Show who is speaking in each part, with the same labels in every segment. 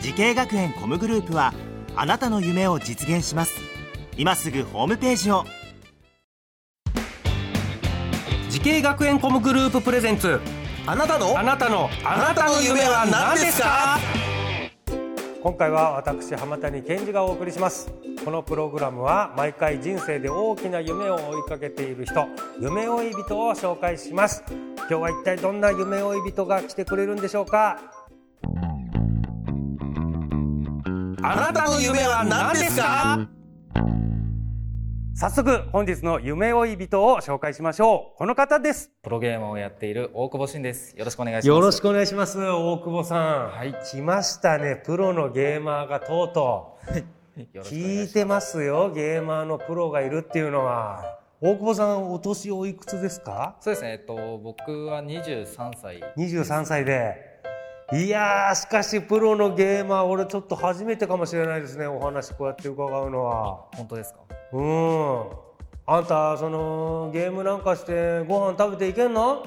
Speaker 1: 時系学園コムグループはあなたの夢を実現します今すぐホームページを
Speaker 2: 時系学園コムグループプレゼンツ
Speaker 3: あなたの
Speaker 2: あなたのあなたの夢は何ですか
Speaker 4: 今回は私浜谷健二がお送りしますこのプログラムは毎回人生で大きな夢を追いかけている人夢追い人を紹介します今日は一体どんな夢追い人が来てくれるんでしょうか
Speaker 2: あなたの夢は何ですか
Speaker 4: 早速本日の夢追い人を紹介しましょうこの方です
Speaker 5: プロゲーマーをやっている大久保慎です。よろしくお願いします。
Speaker 4: よろし
Speaker 5: く。
Speaker 4: くお願いします大久保さん
Speaker 5: はい
Speaker 4: 来ましたねプロのゲーマーがとうとう聞いてますよゲーマーのプロがいるっていうのは大久保さんお年おいくつですか
Speaker 5: そうですね。えっと僕は23歳。
Speaker 4: 23歳でいやーしかしプロのゲーマー俺ちょっと初めてかもしれないですねお話こうやって伺うのは
Speaker 5: 本当ですか。
Speaker 4: うんあんたそのゲームなんかしてご飯食べていけんの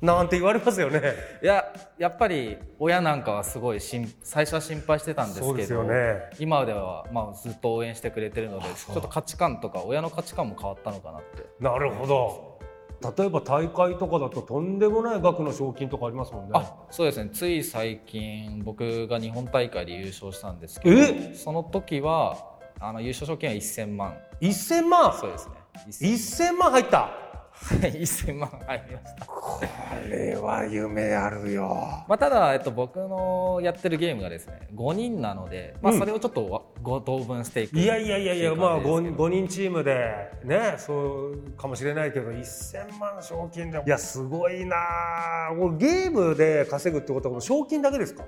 Speaker 4: なんて言われますよね
Speaker 5: いややっぱり親なんかはすごい心最初は心配してたんですけど、
Speaker 4: そうですよね
Speaker 5: 今ではまあずっと応援してくれてるので、ちょっと価値観とか親の価値観も変わったのかなって。
Speaker 4: なるほど例えば大会とかだととんでもない額の賞金とかありますもんね
Speaker 5: あ、そうですね。つい最近僕が日本大会で優勝したんですけ
Speaker 4: え
Speaker 5: ど、その時はあの優勝賞金は1000万。
Speaker 4: 1000万
Speaker 5: そうですね。1000
Speaker 4: 1000万入った
Speaker 5: 万1000万入りました。
Speaker 4: あれは夢あるよ
Speaker 5: まあ、ただ、えっと、僕のやってるゲームがですね5人なので、まあ、
Speaker 4: うん
Speaker 5: それをちょっとわご等分していく
Speaker 4: いやいやいやいや、
Speaker 5: って
Speaker 4: まあ
Speaker 5: う感
Speaker 4: 5,
Speaker 5: じですけど
Speaker 4: 人チームでね、そうかもしれないけど、1000万賞金で、いや、すごいなあ、もうゲームで稼ぐってことは、もう賞金だけですか、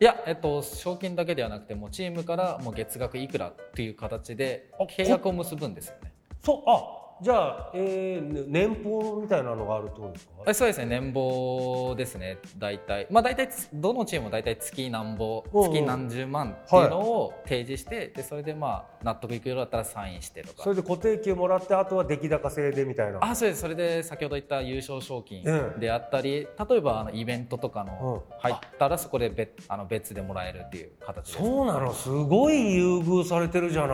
Speaker 5: いや、えっと、賞金だけではなくてもうチームからもう月額いくらっていう形で契約を結ぶんですよね
Speaker 4: そうあじゃあ、えーね年俸みたいなのがあるってことですか、
Speaker 5: あそうですね年俸ですね大体まあ大体つどのチームも大体月何ぼ
Speaker 4: おうおう
Speaker 5: 月何十万っていうのを提示して、でそれでまあ納得いくようだったらサインしてと
Speaker 4: そ
Speaker 5: か
Speaker 4: れで固定給もらって、あとは出来高制でみたいな、
Speaker 5: あそうですそれで先ほど言った優勝賞金
Speaker 4: うん
Speaker 5: であったり、例えばあのイベントとかの
Speaker 4: うん
Speaker 5: 入ったらそこで別あの別でもらえるっていう形です
Speaker 4: そうなの、すごい優遇されてるじゃない、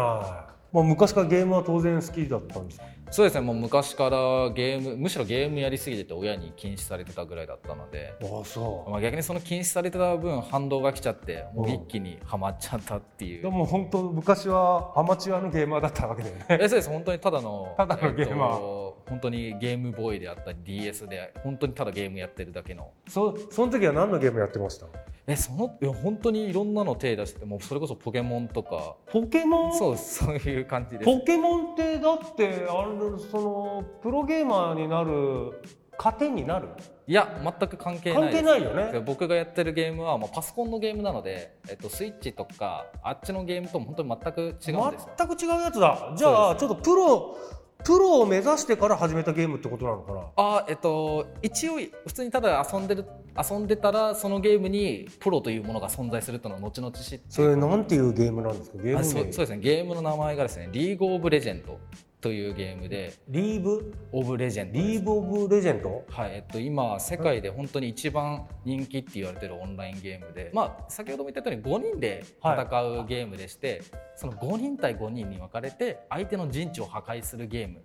Speaker 4: まあ、昔からゲームは当然好きだったんですか
Speaker 5: そうですねもう昔からゲームむしろゲームやりすぎてて親に禁止されてたぐらいだったので、
Speaker 4: あそう
Speaker 5: まあ、逆にその禁止されてた分反動が来ちゃっても
Speaker 4: う
Speaker 5: うん一気にはまっちゃったっていう。
Speaker 4: でも本当、昔はアマチュアのゲーマーだったわけだよね。
Speaker 5: えそうです本当にただの
Speaker 4: ただのゲーマー
Speaker 5: えっと本当にゲームボーイであったり DS で本当にただゲームやってるだけの
Speaker 4: そその時は何のゲームやってました
Speaker 5: えそのいや本当にいろんなの手出してもうそれこそポケモンとか
Speaker 4: ポケモン
Speaker 5: そう そういう感じです
Speaker 4: ポケモンってだってあれそのプロゲーマーになる糧になる
Speaker 5: いや全く関係ない
Speaker 4: 関
Speaker 5: で
Speaker 4: 係
Speaker 5: す
Speaker 4: ないよね
Speaker 5: 僕がやってるゲームは、まあ、パソコンのゲームなので、えっと、スイッチとかあっちのゲームとも本当に全く違うんですよ
Speaker 4: 全く違うやつだじゃあちょっとプロプロを目指してから始めたゲームってことなのかな
Speaker 5: あえっと一応普通にただ遊んでる遊んでたらそのゲームにプロというものが存在するというのは後々知って
Speaker 4: それなんていうゲームなんですかゲーム
Speaker 5: あ
Speaker 4: 名
Speaker 5: そうそうですねゲームの名前がですねリーグ・オブ・レジェンドというゲームで
Speaker 4: リーブ
Speaker 5: オブ・レジェンドです
Speaker 4: リーブ・オブ・レジェンド
Speaker 5: はいえっと、今世界で本当に一番人気って言われてるオンラインゲームで、まあ、先ほども言ったように5人で戦うゲームでして、その5人対5人に分かれて相手の陣地を破壊するゲーム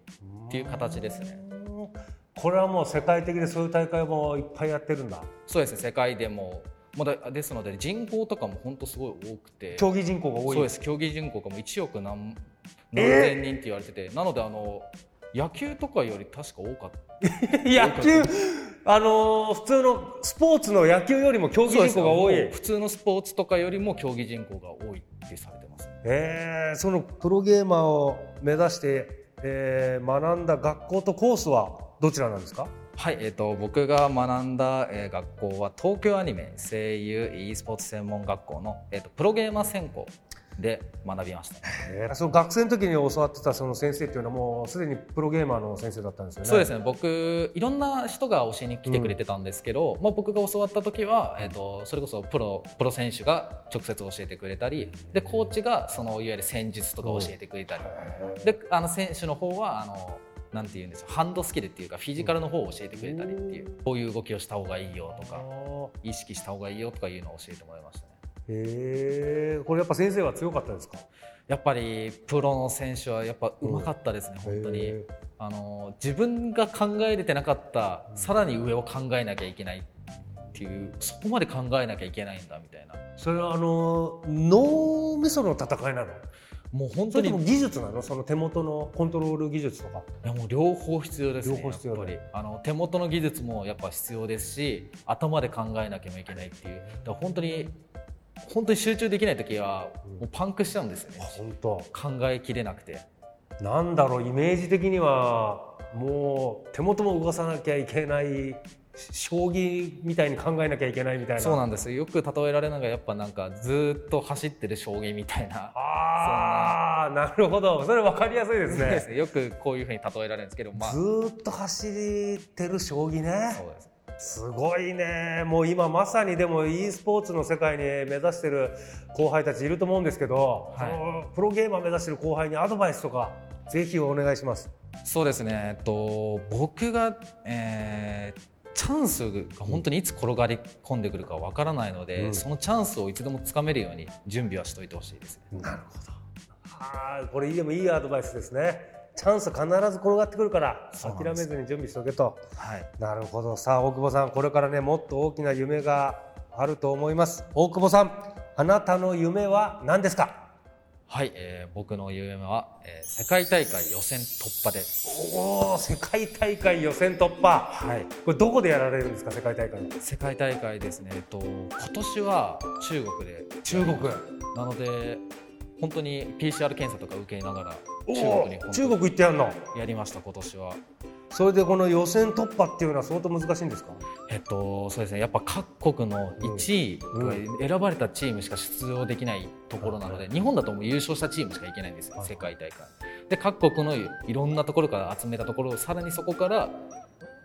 Speaker 5: っていう形ですね
Speaker 4: これはもう世界的でそういう大会もいっぱいやってるんだ
Speaker 5: そうですね世界でももうだですので人口とかも本当すごい多くて
Speaker 4: 競技人口が多い
Speaker 5: そうです競技人口がもう1億何何千人って言われてて、なのであの野球とかより確か多かった
Speaker 4: 野球あのー普通のスポーツの野球よりも競技人口が多い
Speaker 5: そうですねもう普通のスポーツとかよりも競技人口が多いってされてますね
Speaker 4: えーそのプロゲーマーを目指して、えー学んだ学校とコースはどちらなんですか
Speaker 5: はい、えっ、と僕が学んだ、えー学校は東京アニメ声優 e スポーツ専門学校のえっ、とプロゲーマー専攻で学びました、
Speaker 4: えーその学生の時に教わってたその先生っていうのはもうすでにプロゲーマーの先生だったんですよね。
Speaker 5: そうです
Speaker 4: ね。
Speaker 5: ね僕いろんな人が教えに来てくれてたんですけど、まあ、僕が教わった時は、えー、とそれこそプロプロ選手が直接教えてくれたりでコーチがそのいわゆる戦術とか教えてくれたり、であの選手の方はあのなんて言うんですよハンドスキルっていうかフィジカルの方を教えてくれたりっていう、こういう動きをした方がいいよとか意識した方がいいよとかいうのを教えてもらいましたね。
Speaker 4: へえこれやっぱ先生は強かったですか。
Speaker 5: やっぱりプロの選手はやっぱ上手かったですね、本当
Speaker 4: へ
Speaker 5: に
Speaker 4: ー
Speaker 5: あの自分が考えれてなかったさらに上を考えなきゃいけないっていうそこまで考えなきゃいけないんだみたいな
Speaker 4: それはあの脳みその戦いなの。
Speaker 5: もう本
Speaker 4: そ
Speaker 5: 当
Speaker 4: れと
Speaker 5: に
Speaker 4: も
Speaker 5: い
Speaker 4: 技術なのその手元のコントロール技術とか。
Speaker 5: やもう両方必要ですね
Speaker 4: 両方必要だ
Speaker 5: やっぱりあの手元の技術もやっぱ必要ですし頭で考えなきゃいけないっていうだから本当に本当に集中できない時はもうパンクしちゃうんですよね、
Speaker 4: 本当。
Speaker 5: 考えきれなくて。
Speaker 4: なんだろうイメージ的にはもう手元も動かさなきゃいけない将棋みたいに考えなきゃいけないみたいな。
Speaker 5: そうなんですよよく例えられるのがやっぱなんかずーっと走ってる将棋みたいな
Speaker 4: ああなるほどそれ分かりやすいです
Speaker 5: です
Speaker 4: ね。
Speaker 5: ねよくこういうふうに例えられるんですけどまあ
Speaker 4: ずーっと走ってる将棋ね
Speaker 5: そうです
Speaker 4: すごいねもう今まさにでも e スポーツの世界に目指してる後輩たちいると思うんですけど、
Speaker 5: はい
Speaker 4: そのプロゲーマー目指してる後輩にアドバイスとかぜひお願いします
Speaker 5: そうですねえっと僕が、えーチャンスが本当にいつ転がり込んでくるかわからないので、
Speaker 4: うん
Speaker 5: そのチャンスをいつでもつかめるように準備はしておいてほしいですね
Speaker 4: なるほどはあこれでもいいアドバイスですねチャンス必ず転がってくるから
Speaker 5: そうな
Speaker 4: 諦
Speaker 5: んで
Speaker 4: め
Speaker 5: す
Speaker 4: ずに準備しておけと
Speaker 5: はい
Speaker 4: なるほどさあ大久保さんこれからねもっと大きな夢があると思います大久保さんあなたの夢は何ですか
Speaker 5: はい、えー僕の夢は、えー世界大会予選突破で
Speaker 4: おお世界大会予選突破、
Speaker 5: はい
Speaker 4: これどこでやられるんですか世界大会
Speaker 5: 世界大会ですね、えっと、今年は中国で中国なので本当に PCR 検査とか受けながら中国に
Speaker 4: お
Speaker 5: 本
Speaker 4: ー
Speaker 5: 当
Speaker 4: 中
Speaker 5: に
Speaker 4: 国行ってやるの
Speaker 5: やりました今年は
Speaker 4: それでこの予選突破っていうのは相当難しいんですか
Speaker 5: えっとそうですねやっぱ各国の1位、
Speaker 4: う
Speaker 5: 選ばれたチームしか出場できないところなので、日本だともう優勝したチームしか行けないんですよ、
Speaker 4: はい
Speaker 5: 世界大会で各国のいろんなところから集めたところをさらにそこから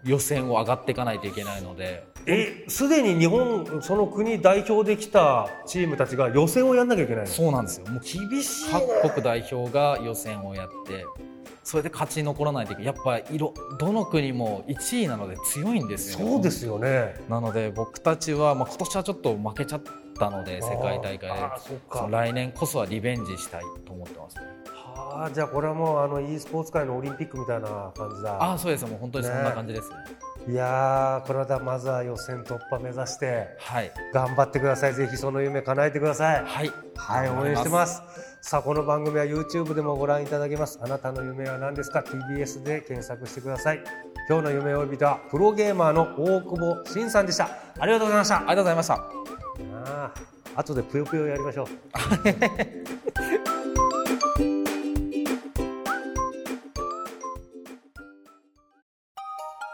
Speaker 5: 予選を上がっていかないといけないので
Speaker 4: えすでに日本その国代表できたチームたちが予選をやんなきゃいけないの
Speaker 5: そうなんですよもう厳しい各国代表が予選をやってそれで勝ち残らないといけないやっぱ色どの国も1位なので強いんですよね
Speaker 4: そうですよね
Speaker 5: なので僕たちは、まあ、今年はちょっと負けちゃったので世界大会で
Speaker 4: あーそっ
Speaker 5: そ
Speaker 4: か
Speaker 5: の来年こそはリベンジしたいと思ってます、ね、
Speaker 4: はあじゃあこれはもうあの e スポーツ界のオリンピックみたいな感じだ
Speaker 5: ああそうですもう本当にそんな感じですね
Speaker 4: いやーこれはまずは予選突破目指して
Speaker 5: はい
Speaker 4: 頑張ってくださいぜひその夢叶えてください
Speaker 5: はい
Speaker 4: はい、応援してます。さあ、この番組は YouTube でもご覧いただけます。あなたの夢は何ですか ?TBS で検索してください。今日の夢追い人は、プロゲーマーの大久保慎さんでした。ありがとうございました。
Speaker 5: ありがとうございました
Speaker 4: ああ後でぷよぷよやりましょう。